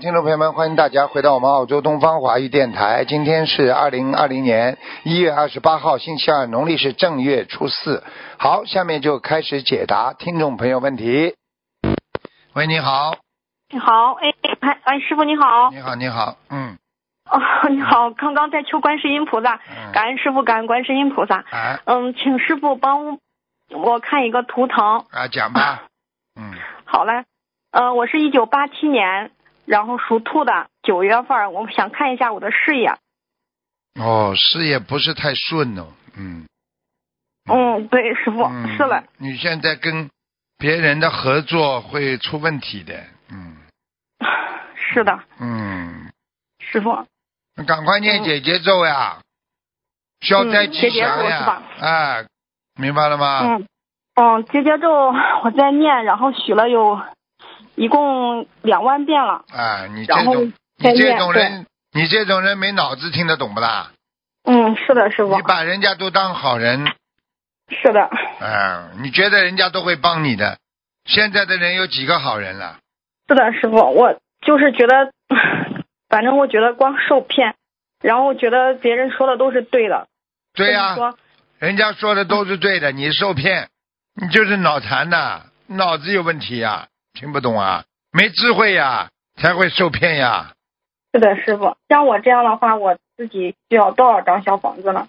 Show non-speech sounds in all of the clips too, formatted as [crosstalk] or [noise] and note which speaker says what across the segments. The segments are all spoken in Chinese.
Speaker 1: 听众朋友们，欢迎大家回到我们澳洲东方华语电台。今天是二零二零年一月二十八号，星期二，农历是正月初四。好，下面就开始解答听众朋友问题。喂，你好，
Speaker 2: 你好，哎，哎，哎，师傅你好，
Speaker 1: 你好，你好，嗯，
Speaker 2: 哦， [laughs] 你好，刚刚在求观世音菩萨，
Speaker 1: 嗯，
Speaker 2: 感恩师傅，感恩观世音菩萨，
Speaker 1: 啊
Speaker 2: 嗯，请师傅帮我看一个图腾，
Speaker 1: 啊，讲吧，嗯，
Speaker 2: 好嘞，呃，我是一九八七年，然后属兔的，九月份，我想看一下我的事业，
Speaker 1: 哦，事业不是太顺哦，嗯，
Speaker 2: 嗯，对，师傅、
Speaker 1: 嗯
Speaker 2: 是嘞，， [laughs]
Speaker 1: 你现在跟别人的合作会出问题的，嗯
Speaker 2: 是的，
Speaker 1: 嗯。
Speaker 2: 师傅，
Speaker 1: 赶快念姐姐咒呀，消灾吉
Speaker 2: 嗯嗯解结咒
Speaker 1: 祥
Speaker 2: 是
Speaker 1: 呀
Speaker 2: 吧，
Speaker 1: 哎，明白了吗？
Speaker 2: 嗯，嗯，结节咒我在念，然后许了有一共两万遍了，
Speaker 1: 哎，你这
Speaker 2: 然后
Speaker 1: 种
Speaker 2: 再
Speaker 1: 你这
Speaker 2: 念
Speaker 1: 种人，你这种人没脑子，听得懂不啦？
Speaker 2: 嗯，是的，师傅
Speaker 1: 你，把人家都当好人，
Speaker 2: 是的，
Speaker 1: 哎，你觉得人家都会帮你的。现在的人有几个好人了？
Speaker 2: 是的，师傅，我就是觉得，反正我觉得光受骗，然后觉得别人说的都是对的。
Speaker 1: 对呀、
Speaker 2: 就是说
Speaker 1: 人家说的都是对的，你受骗，你就是脑残呐、脑子有问题呀、听不懂啊，没智慧呀、才会受骗呀、
Speaker 2: 是的，师傅，像我这样的话，我自己需要多少张小房子呢？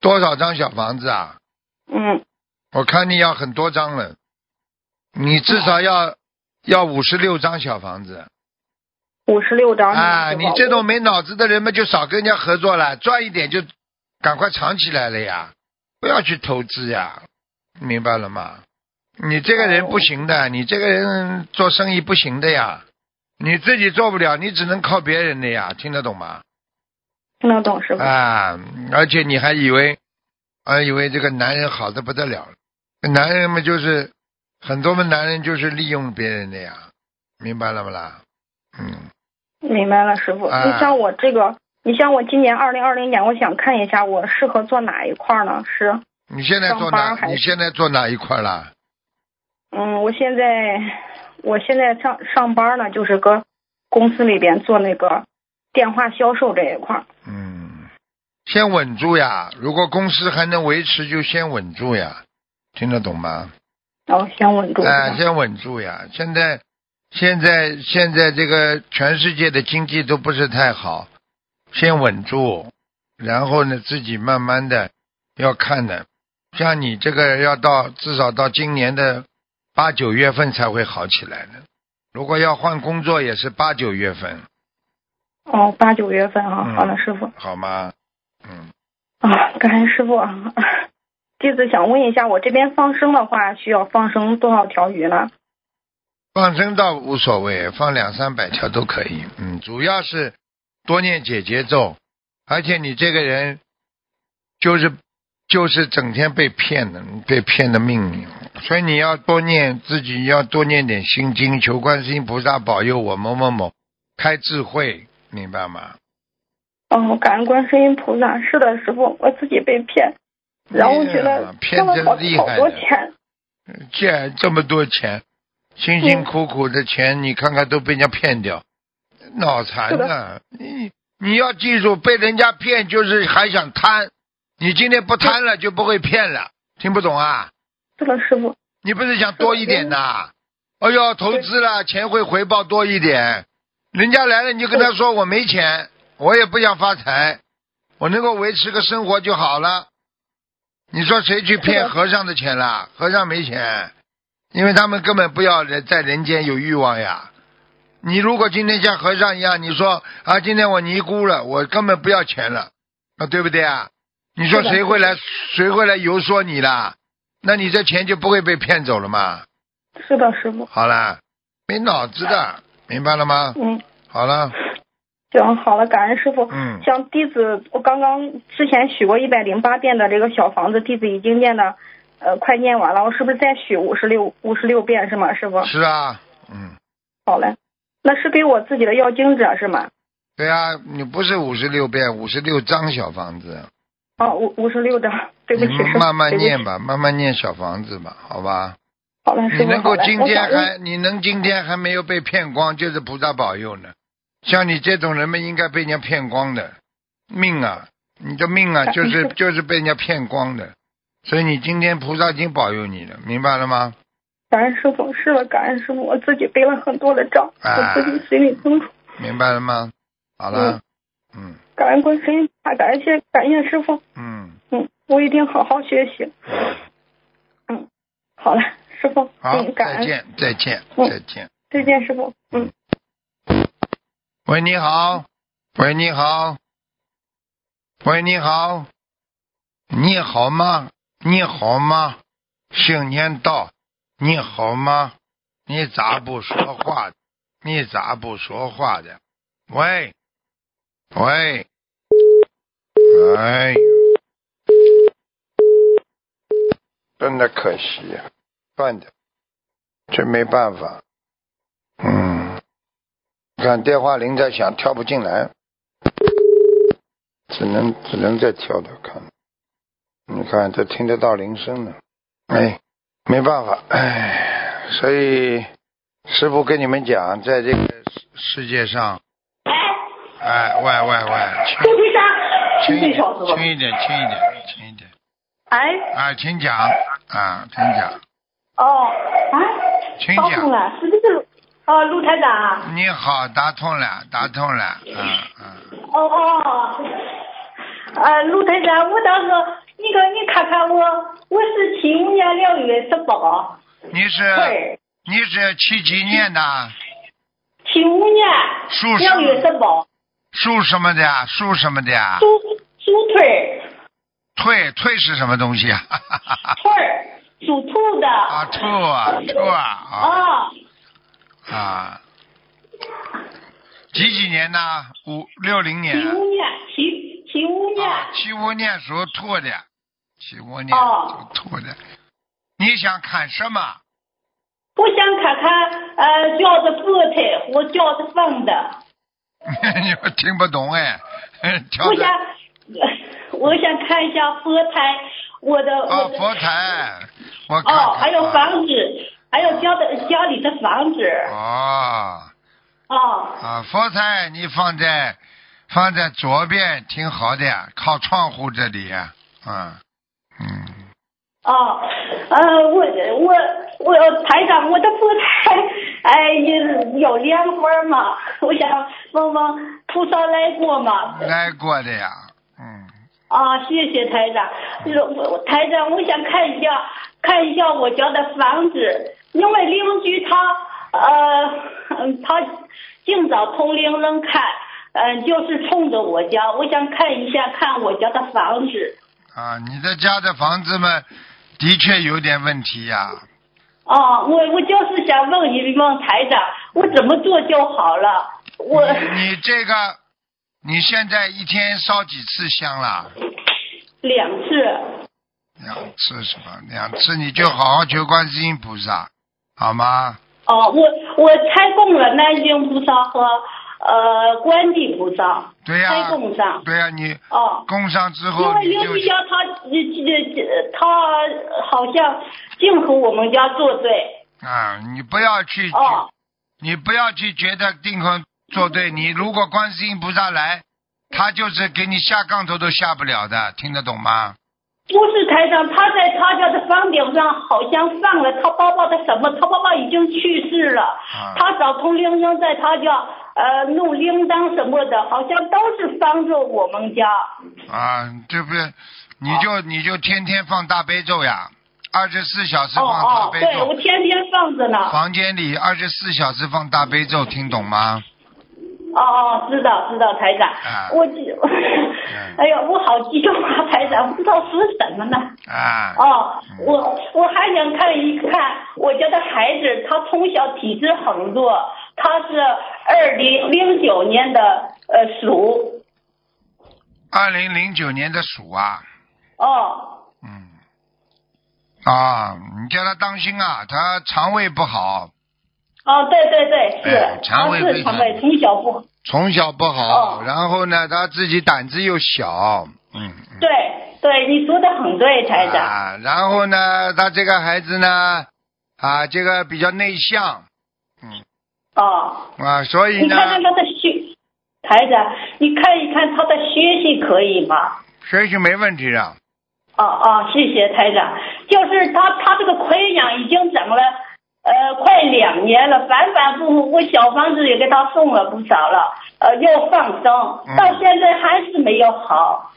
Speaker 1: 多少张小房子啊？
Speaker 2: 嗯，
Speaker 1: 我看你要很多张了，你至少要要五十六张小房子
Speaker 2: 五十六张。
Speaker 1: 啊！
Speaker 2: 是吗
Speaker 1: 你这种没脑子的人嘛，就少跟人家合作了，赚一点就赶快藏起来了呀，不要去投资呀，明白了吗？你这个人不行的，你这个人做生意不行的呀，你自己做不了，你只能靠别人的呀，听得懂吗？
Speaker 2: 听得懂师傅？
Speaker 1: 啊，而且你还以为，还以为这个男人好的不得了，男人嘛就是很多嘛，男人就是利用别人的呀，明白了不啦？嗯，
Speaker 2: 明白了，师傅。
Speaker 1: 哎
Speaker 2: 你像我这个，你像我今年二零二零年，我想看一下我适合做哪一块儿呢？是，
Speaker 1: 你现在做
Speaker 2: 上班
Speaker 1: 哪？
Speaker 2: 还是
Speaker 1: 你现在做哪一块啦？
Speaker 2: 嗯，我现在我现在上上班呢，就是搁公司里边做那个电话销售这一块儿。
Speaker 1: 嗯，先稳住呀。如果公司还能维持，就先稳住呀。听得懂吗？
Speaker 2: 哦，先稳住。
Speaker 1: 哎、
Speaker 2: 是吧
Speaker 1: 先稳住呀！现在，现在，现在这个全世界的经济都不是太好，先稳住，然后呢，自己慢慢的要看的。像你这个要到至少到今年的八九月份才会好起来的。如果要换工作，也是八九月份，
Speaker 2: 哦，八九月份啊，
Speaker 1: 嗯
Speaker 2: 好了，师傅
Speaker 1: 好吗？嗯，
Speaker 2: 啊，感恩师傅啊。 [laughs] 弟子想问一下，我这边放生的话，需要放生多少条鱼呢？
Speaker 1: 放生倒无所谓，放两三百条都可以。嗯，主要是多念解结咒，而且你这个人就是就是整天被骗的，被骗的命，所以你要多念自己要多念点心经，求观世音菩萨保佑我某某某开智慧，明白吗？
Speaker 2: 哦，感恩观世音菩萨。是的，师傅，我自己被骗，然后觉
Speaker 1: 哎
Speaker 2: 得
Speaker 1: 呀
Speaker 2: 骗
Speaker 1: 骗
Speaker 2: 了好
Speaker 1: 的厉
Speaker 2: 好
Speaker 1: 害
Speaker 2: 多
Speaker 1: 的，
Speaker 2: 钱。
Speaker 1: 借这么多钱，辛辛苦苦的钱，你看看都被人家骗掉，脑残
Speaker 2: 是
Speaker 1: 啊！你你要记住，被人家骗就是还想贪，你今天不贪了就不会骗了，听不懂啊？
Speaker 2: 是的，师傅，
Speaker 1: 你不是想多一点呐、哎呦，投资了，钱会回报多一点。人家来了，你就跟他说我没钱，我也不想发财，我能够维持个生活就好了。你说谁去
Speaker 2: 是
Speaker 1: 骗
Speaker 2: 的
Speaker 1: 和尚的钱啦？和尚没钱，因为他们根本不要人在人间有欲望呀。你如果今天像和尚一样，你说啊，今天我尼姑了，我根本不要钱了，啊，对不对啊？你说
Speaker 2: 是的
Speaker 1: 谁会来谁会来游说你啦？那你这钱就不会被骗走了嘛？
Speaker 2: 是的，师傅。
Speaker 1: 好啦，没脑子的，明白了吗？
Speaker 2: 嗯，
Speaker 1: 好了，
Speaker 2: 行，好了，感恩师傅。
Speaker 1: 嗯，
Speaker 2: 像弟子，我刚刚之前许过一百零八遍的这个小房子，弟子已经念的，呃，快念完了，我是不是再许五十六五十六遍是吗，师傅？
Speaker 1: 是啊，嗯，
Speaker 2: 好嘞，那是给我自己的要经者是吗？
Speaker 1: 对啊，你不是五十六遍，五十六张小房子，
Speaker 2: 哦，五五十六的， [laughs] 对不起，
Speaker 1: 你
Speaker 2: 师傅，
Speaker 1: 嗯慢慢
Speaker 2: 对不起
Speaker 1: 念。吧，慢慢念小房子吧，好吧？
Speaker 2: 好嘞，
Speaker 1: 你
Speaker 2: 师 [laughs] 傅，
Speaker 1: 能
Speaker 2: 好
Speaker 1: 够
Speaker 2: 嘞。
Speaker 1: 今
Speaker 2: 我
Speaker 1: 天
Speaker 2: 想问，
Speaker 1: 还，你能今天还没有被骗光，就是菩萨保佑呢。像你这种人们应该被人家骗光的命啊，你的命
Speaker 2: [laughs]
Speaker 1: 啊，就是就是被人家骗光的。所以你今天菩萨已经保佑你了，明白了吗？
Speaker 2: 感恩师傅，是的，感恩师傅，我自己背了很多的账，
Speaker 1: 啊
Speaker 2: 我自己心里清楚。
Speaker 1: 明白了吗？好了，嗯
Speaker 2: 感恩观世音菩萨，感谢感谢师傅，
Speaker 1: 嗯，
Speaker 2: 嗯，我一定好好学习。嗯，好了，师傅，
Speaker 1: 好
Speaker 2: 嗯，，感
Speaker 1: 再
Speaker 2: 恩，
Speaker 1: 见，再见，
Speaker 2: 嗯
Speaker 1: 再见。
Speaker 2: 再见，师傅，嗯。
Speaker 1: 喂，你好，喂，你好，喂，你好，你好吗？你好吗？新年到，你好吗？你咋不说话？你咋不说话的？喂，喂，哎呦，真的可惜呀、算的，这没办法，嗯。看电话铃在响，跳不进来，只能只能再跳跳看。你看，这听得到铃声呢，哎，没办法，哎，所以师傅跟你们讲，在这个世世界上，哎，喂喂喂，
Speaker 3: 这对啥？
Speaker 1: 轻
Speaker 3: 是
Speaker 1: 轻一
Speaker 3: 对
Speaker 1: 点
Speaker 3: 少是，吧？
Speaker 1: 轻一点，轻一点，轻一点，
Speaker 3: 哎，
Speaker 1: 啊，请讲，啊，请讲，
Speaker 3: 哦，
Speaker 2: 哎
Speaker 3: 啊，
Speaker 1: 请
Speaker 3: 打通
Speaker 1: 讲。
Speaker 3: 了，是不是？哦，陆台长啊，
Speaker 1: 你好，打通了，打通了，啊啊，
Speaker 3: 哦哦，啊，陆台长，我当时那个你看看我，我是七五年两月十八
Speaker 1: 你是
Speaker 3: 对，
Speaker 1: 你是七几年的？
Speaker 3: 七五年
Speaker 1: 属啊什
Speaker 3: 两
Speaker 1: 么？
Speaker 3: 月十八，
Speaker 1: 属什么的呀？属什么的呀？
Speaker 3: 猪猪腿儿
Speaker 1: 退退是什么东西啊？ [laughs]
Speaker 3: 腿儿属兔的，
Speaker 1: 啊，兔啊，兔啊
Speaker 3: 啊，
Speaker 1: 啊啊！几几年呢？五六零
Speaker 3: 七
Speaker 1: 年
Speaker 3: 五年七七五年，
Speaker 1: 啊，七五年属兔的，七五年
Speaker 3: 哦
Speaker 1: 属兔的。你想看什么？ [laughs]
Speaker 3: 我想看看呃，叫的破腿，我叫的缝的。
Speaker 1: 你我听不懂哎， [laughs] 挑
Speaker 3: 我
Speaker 1: 的
Speaker 3: 想，呃我想看一下佛台，我的
Speaker 1: 啊
Speaker 3: 我的
Speaker 1: 佛台，我看看
Speaker 3: 哦，还有
Speaker 1: 啊
Speaker 3: 房子，还有家的家里的房子
Speaker 1: 哦。
Speaker 3: 哦
Speaker 1: 啊，佛台你放在放在左边挺好的呀，靠窗户这里呀，啊，嗯，
Speaker 3: 哦，呃，我我我呃台长，我的佛台哎有有莲花吗？我想问问菩萨来过吗？
Speaker 1: 来过的呀，嗯，
Speaker 3: 啊，谢谢台长。就是我台长，我想看一下看一下我家的房子，因为邻居他呃嗯他净找空灵人看，嗯、就是冲着我家，我想看一下看我家的房子。
Speaker 1: 啊，你的家的房子嘛，的确有点问题呀，
Speaker 3: 啊，我我就是想问一问台长，我怎么做就好了？我
Speaker 1: 你你这个你现在一天烧几次香啦？
Speaker 3: 两次
Speaker 1: 两次是吧？两次你就好好求观世音菩萨，好吗？
Speaker 3: 哦，我我拆供了南京菩萨和呃观地菩萨，
Speaker 1: 对呀、
Speaker 3: 拆供上
Speaker 1: 对呀、你
Speaker 3: 哦。
Speaker 1: 供上之
Speaker 3: 因
Speaker 1: 后
Speaker 3: 为
Speaker 1: 你
Speaker 3: 邻
Speaker 1: 就
Speaker 3: 居家他这这这他好像净和我们家作对
Speaker 1: 啊，你不要去
Speaker 3: 哦
Speaker 1: 你不要去觉得定恒作对，你如果观世音菩萨来，他就是给你下杠头都下不了的，听得懂吗？
Speaker 3: 不是台长，他在他家的房顶上好像放了他爸爸的什么，他爸爸已经去世了，
Speaker 1: 啊
Speaker 3: 他找通铃铛在他家呃弄铃铛什么的，好像都是帮着我们家。
Speaker 1: 啊，对不对？你就你就天天放大悲咒呀，二十四小时
Speaker 3: 哦
Speaker 1: 放大
Speaker 3: 哦，
Speaker 1: 悲
Speaker 3: 对我
Speaker 1: 咒，
Speaker 3: 天天放着呢。
Speaker 1: 房间里二十四小时放大悲咒，听懂吗？
Speaker 3: 哦哦，知道知道，台长，
Speaker 1: 啊嗯
Speaker 3: 我记，哎呀，我好激动啊，台长，不知道说什么呢。
Speaker 1: 啊，
Speaker 3: 哦，我我还想看一看我家的孩子，他从小体质很弱，他是二零零九年的呃鼠，
Speaker 1: 二零零九年的鼠啊，
Speaker 3: 哦
Speaker 1: 嗯，啊，你叫他当心啊，他肠胃不好，
Speaker 3: 哦，对对对，是，
Speaker 1: 哎肠胃嗯
Speaker 3: 他
Speaker 1: 非
Speaker 3: 是
Speaker 1: 常
Speaker 3: 肠胃从小不好，
Speaker 1: 从小不好，
Speaker 3: 哦
Speaker 1: 然后呢，他自己胆子又小，嗯，嗯
Speaker 3: 对对，你说的很对，台长，
Speaker 1: 啊，然后呢，他这个孩子呢，啊，这个比较内向
Speaker 3: 哦，
Speaker 1: 啊，所以
Speaker 3: 你
Speaker 1: 呢
Speaker 3: 看，看他的学台长，你看一看他的学习可以吗？
Speaker 1: 学习没问题的，
Speaker 3: 哦哦，谢谢台长。就是他他这个溃疡已经整了呃快两年了，反反复复，我小房子也给他送了不少了，呃又放
Speaker 1: 嗯
Speaker 3: 生，到现在还是没有好。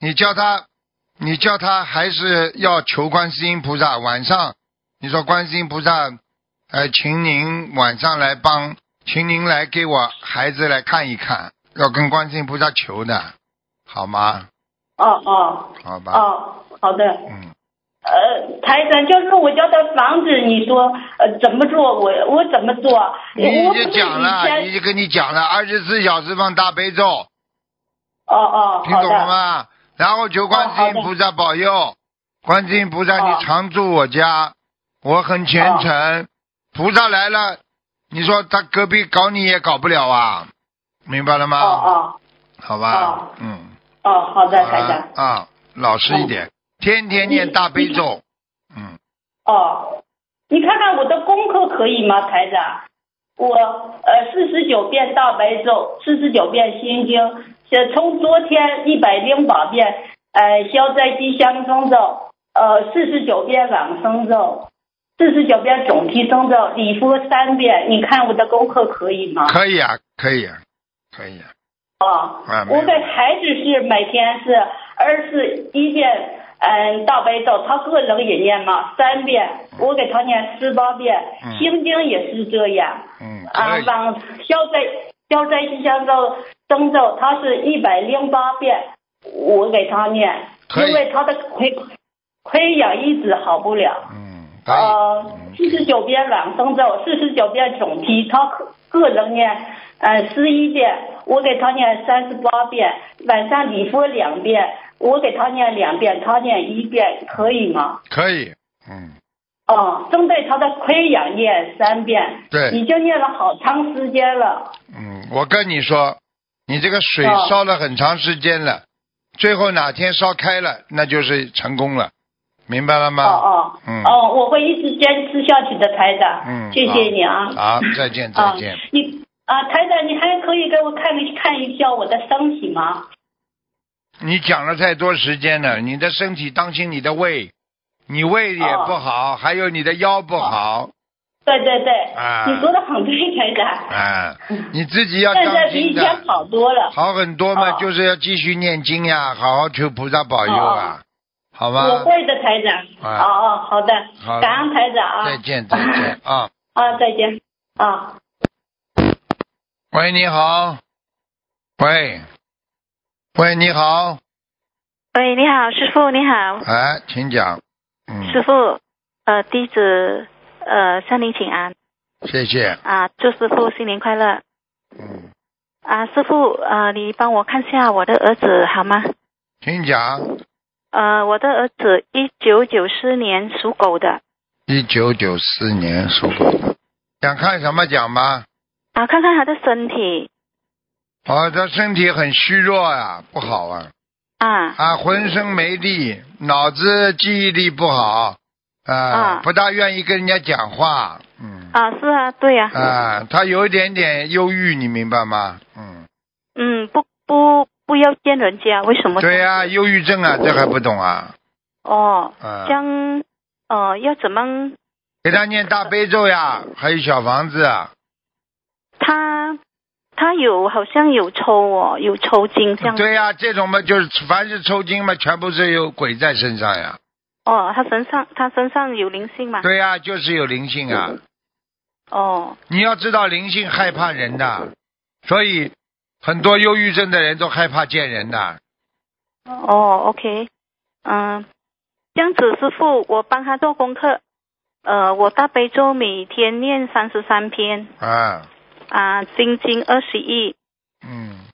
Speaker 1: 你叫他，你叫他还是要求观世音菩萨。晚上你说观世音菩萨，呃，请您晚上来帮，请您来给我孩子来看一看，要跟观世音菩萨求的，好吗？
Speaker 3: 哦哦
Speaker 1: 好吧，
Speaker 3: 哦，好的。
Speaker 1: 嗯，
Speaker 3: 呃，台长，就是我家的房子，你说呃怎么做？我我怎么做？
Speaker 1: 你
Speaker 3: 我
Speaker 1: 已
Speaker 3: 不是
Speaker 1: 经讲
Speaker 3: 以
Speaker 1: 了，已
Speaker 3: 前
Speaker 1: 经跟你讲了，二十四小时放大悲咒，
Speaker 3: 哦哦，
Speaker 1: 听
Speaker 3: 好
Speaker 1: 懂
Speaker 3: 的。
Speaker 1: 了吗？然后求观世音菩萨保佑，观世音菩萨，
Speaker 3: 哦
Speaker 1: 你常住我家，我很虔诚。菩萨来了，你说他隔壁搞你也搞不了啊，明白了吗？
Speaker 3: 哦哦
Speaker 1: 好吧
Speaker 3: 哦，
Speaker 1: 嗯，
Speaker 3: 哦，好的，
Speaker 1: 好
Speaker 3: 台长
Speaker 1: 了。啊，老实一点，天天念大悲咒，嗯，
Speaker 3: 哦，你看看我的功课可以吗，台长？我呃四十九遍大悲咒，四十九遍心经，写从昨天一百零八遍呃消灾吉祥僧咒，呃四十九遍往生咒，四十九遍总提僧咒，礼佛三遍。你看我的功课可以吗？
Speaker 1: 可以啊，可以啊，可以啊，
Speaker 3: 啊
Speaker 1: 啊，没有
Speaker 3: 我给孩子是每天是二十一遍，嗯，大悲咒，他个人也念嘛，三遍，我给他念十八遍
Speaker 1: 嗯，
Speaker 3: 心经也是这样，
Speaker 1: 嗯，
Speaker 3: 啊
Speaker 1: 可，以，
Speaker 3: 往消灾消灾吉祥咒增咒，他是一百零八遍，我给他念，
Speaker 1: 可以
Speaker 3: 因为他的溃溃疡一直好不了，
Speaker 1: 嗯，可以
Speaker 3: 呃，
Speaker 1: 嗯，
Speaker 3: 四十九遍往生咒，四十九遍总提，他个个人念呃十一遍，我给他念三十八遍，晚上礼佛两遍，我给他念两遍，他念一遍，可以吗？
Speaker 1: 可以，嗯，
Speaker 3: 哦，针对他的溃疡念三遍，
Speaker 1: 对
Speaker 3: 已经念了好长时间了。
Speaker 1: 嗯，我跟你说，你这个水
Speaker 3: 哦
Speaker 1: 烧了很长时间了，最后哪天烧开了，那就是成功了，明白了
Speaker 3: 哦
Speaker 1: 吗？
Speaker 3: 哦，
Speaker 1: 嗯
Speaker 3: 哦，我会一直坚持下去的，台长。
Speaker 1: 嗯
Speaker 3: 谢谢你啊。
Speaker 1: 好再见再见
Speaker 3: 啊、你啊，台长，你还可以给我看一看一下我的身体吗？
Speaker 1: 你讲了太多时间了，你的身体当心你的胃，你胃也不好，
Speaker 3: 哦
Speaker 1: 还有你的腰不好，
Speaker 3: 对对对，
Speaker 1: 啊
Speaker 3: 你说的很对，台长。
Speaker 1: 啊，你自己要
Speaker 3: 现在
Speaker 1: 当
Speaker 3: 比以
Speaker 1: 心
Speaker 3: 前
Speaker 1: 的。
Speaker 3: 好多了。
Speaker 1: 好很多嘛，
Speaker 3: 哦
Speaker 1: 就是要继续念经呀，好好求菩萨保佑啊，好
Speaker 3: 哦我
Speaker 1: 吗？
Speaker 3: 会的，台长。
Speaker 1: 啊
Speaker 3: 哦哦，好的。
Speaker 1: 好
Speaker 3: 感恩台长啊。
Speaker 1: 再见再见。啊！
Speaker 3: 啊，再见。啊。
Speaker 1: 喂，你好，喂，喂，你好，
Speaker 4: 喂，你好，师傅，你好，
Speaker 1: 哎，请讲。
Speaker 4: 师
Speaker 1: 嗯，
Speaker 4: 傅，呃，弟子呃向您请安
Speaker 1: 谢谢。
Speaker 4: 啊，祝师傅新年快乐
Speaker 1: 嗯，
Speaker 4: 啊，师傅呃，你帮我看下我的儿子好吗？
Speaker 1: 请讲。
Speaker 4: 呃，我的儿子一九九四年属狗的
Speaker 1: 一九九四年属狗的，想看什么讲吧？
Speaker 4: 啊，看看他的身体
Speaker 1: 哦，他身体很虚弱啊，不好啊，
Speaker 4: 啊
Speaker 1: 啊，浑身没力，脑子记忆力不好，啊，
Speaker 4: 啊
Speaker 1: 不大愿意跟人家讲话，嗯，
Speaker 4: 啊，是啊，对呀、
Speaker 1: 啊，他有一点点忧郁，你明白吗？嗯，
Speaker 4: 嗯，不不不要见人家，为什么？
Speaker 1: 对呀、忧郁症啊，这还不懂啊？
Speaker 4: 哦，
Speaker 1: 啊，
Speaker 4: 将呃要怎么
Speaker 1: 给他念大悲咒呀，还有小房子啊，
Speaker 4: 他？他有好像有抽哦，有抽筋这样
Speaker 1: 对呀、这种嘛就是凡是抽筋嘛，全部是有鬼在身上呀，
Speaker 4: 哦，他身上他身上有灵性吗？
Speaker 1: 对呀、就是有灵性啊。
Speaker 4: 嗯哦
Speaker 1: 你要知道，灵性害怕人的，所以很多忧郁症的人都害怕见人的。
Speaker 4: 哦，OK，嗯，这样子，师傅，我帮他做功课。呃，我大悲咒每天念三十三篇
Speaker 1: 啊，
Speaker 4: 啊，心经二十一，
Speaker 1: 嗯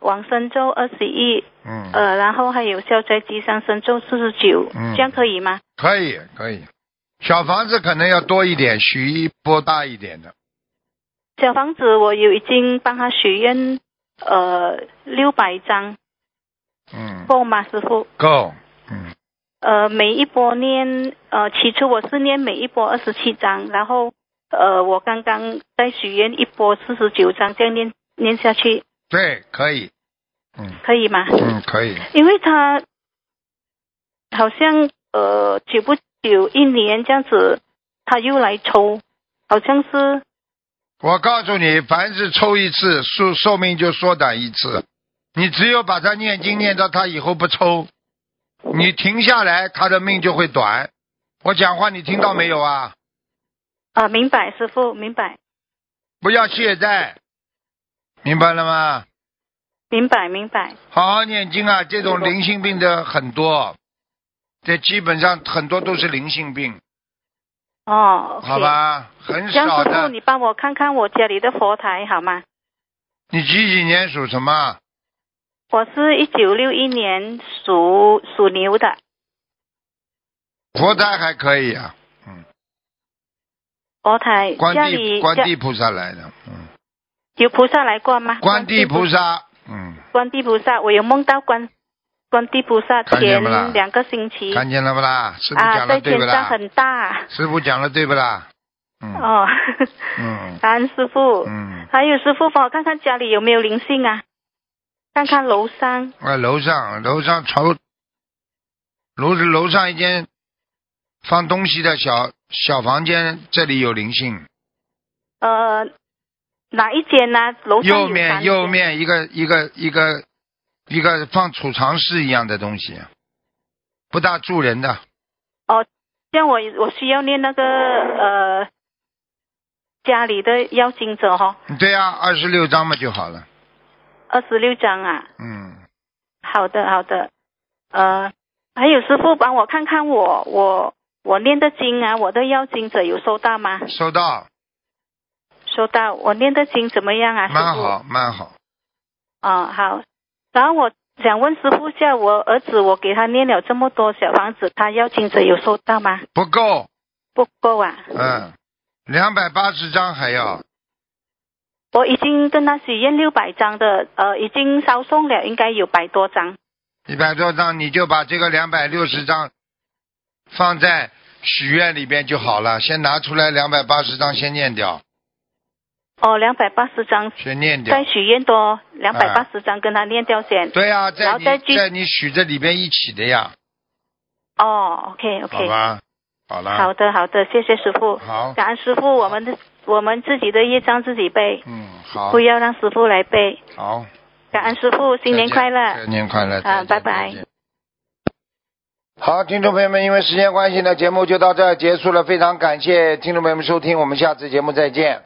Speaker 4: 往生咒二十一，
Speaker 1: 嗯，
Speaker 4: 呃，然后还有消灾吉祥神咒四十九，
Speaker 1: 嗯
Speaker 4: 这样可以吗？
Speaker 1: 可以可以。小房子可能要多一点，许一波大一点的。
Speaker 4: 小房子我有已经帮他许愿，呃，六百张
Speaker 1: 嗯，
Speaker 4: 够吗，师傅？
Speaker 1: 够。嗯，
Speaker 4: 呃，每一波念，呃，起初我是念每一波二十七章，然后呃，我刚刚在许愿一波四十九章，这样念念下去，
Speaker 1: 对，可以，嗯
Speaker 4: 可以吗？
Speaker 1: 嗯，可以，
Speaker 4: 因为他好像呃，久不久一年这样子，他又来抽，好像是
Speaker 1: 我告诉你，凡是抽一次，寿寿命就缩短一次。你只有把它念经念到他以后不抽，你停下来，他的命就会短。我讲话你听到没有啊？
Speaker 4: 啊、明白师傅，明白，
Speaker 1: 不要懈怠，明白了吗？
Speaker 4: 明白，明白，
Speaker 1: 好好念经啊！这种灵性病的很多，这基本上很多都是灵性病，
Speaker 4: 哦，
Speaker 1: 好。吧？很
Speaker 4: 江
Speaker 1: 少
Speaker 4: 师傅，
Speaker 1: 的。
Speaker 4: 你帮我看看我家里的佛台好吗？
Speaker 1: 你几几年属什么？
Speaker 4: 我是一九六一年属属牛的，
Speaker 1: 佛台还可以啊，
Speaker 4: 佛台
Speaker 1: 观
Speaker 4: 家
Speaker 1: 地
Speaker 4: 里
Speaker 1: 观
Speaker 4: 家
Speaker 1: 地菩萨来的，嗯，
Speaker 4: 有菩萨来 [laughs] 过吗？
Speaker 1: 观地菩
Speaker 4: 萨，
Speaker 1: 萨，嗯，
Speaker 4: 观地菩萨，我有梦到观观地菩萨
Speaker 1: 看见不啦
Speaker 4: 前两个星期
Speaker 1: 嗯看见了不啦？师傅
Speaker 4: 啊，
Speaker 1: 讲的
Speaker 4: 在
Speaker 1: 对不
Speaker 4: 天上
Speaker 1: 啦？
Speaker 4: 很大
Speaker 1: 师傅讲的对不啦？嗯
Speaker 4: 哦。 [laughs]
Speaker 1: 嗯
Speaker 4: 感恩师傅，
Speaker 1: 嗯，
Speaker 4: 还有师傅帮我看看家里有没有灵性啊，看看楼上
Speaker 1: 啊，楼上楼上朝楼楼上一间放东西的小小房间，这里有灵性。
Speaker 4: 呃哪一间呢、楼上有
Speaker 1: 右面
Speaker 4: 三间
Speaker 1: 右面一个一个一个一个放储藏室一样的东西，不大住人的。
Speaker 4: 像我我需要念那个呃家里的要经者哈、哦，
Speaker 1: 对呀、二十六张嘛就好了。
Speaker 4: 二十六章啊。
Speaker 1: 嗯，
Speaker 4: 好的好的，呃，还有师傅帮我看看我我我念的经啊，我的要经者有收到吗？
Speaker 1: 收到，
Speaker 4: 收到，我念的经怎么样啊？师
Speaker 1: 蛮
Speaker 4: 傅。
Speaker 1: 好蛮好。
Speaker 4: 哦，好。然后我想问师傅一下，我儿子我给他念了这么多小房子，他要经者有收到吗？
Speaker 1: 不够，
Speaker 4: 不够啊，
Speaker 1: 嗯，两百八十张还要。
Speaker 4: 我已经跟他许愿六百张的，呃，已经烧送了，应该有百多张。
Speaker 1: 一百多张，你就把这个两百六十张放在许愿里边就好了。先拿出来两百八十张，先念掉，
Speaker 4: 哦，两百八十张，
Speaker 1: 先念掉
Speaker 4: 再。许愿多两百八十张，跟他念掉先。
Speaker 1: 啊对呀、
Speaker 4: 然
Speaker 1: 在
Speaker 4: 后
Speaker 1: 你
Speaker 4: 再继
Speaker 1: 在你许的里边一起的呀，
Speaker 4: 哦，OK
Speaker 1: 好
Speaker 4: OK，
Speaker 1: 吧，好了，
Speaker 4: 好的好的，谢谢师傅，
Speaker 1: 啊好
Speaker 4: 感恩师傅，我们的我们自己的业障自己背，
Speaker 1: 嗯，好
Speaker 4: 不，要让师傅来背。
Speaker 1: 好，
Speaker 4: 感恩师傅，新年
Speaker 1: 再见
Speaker 4: 快乐。
Speaker 1: 新年快乐，
Speaker 4: 啊
Speaker 1: 再见
Speaker 4: 拜拜。
Speaker 1: 再见好，听众朋友们，因为时间关系呢，节目就到这儿结束了。非常感谢听众朋友们收听，我们下次节目再见。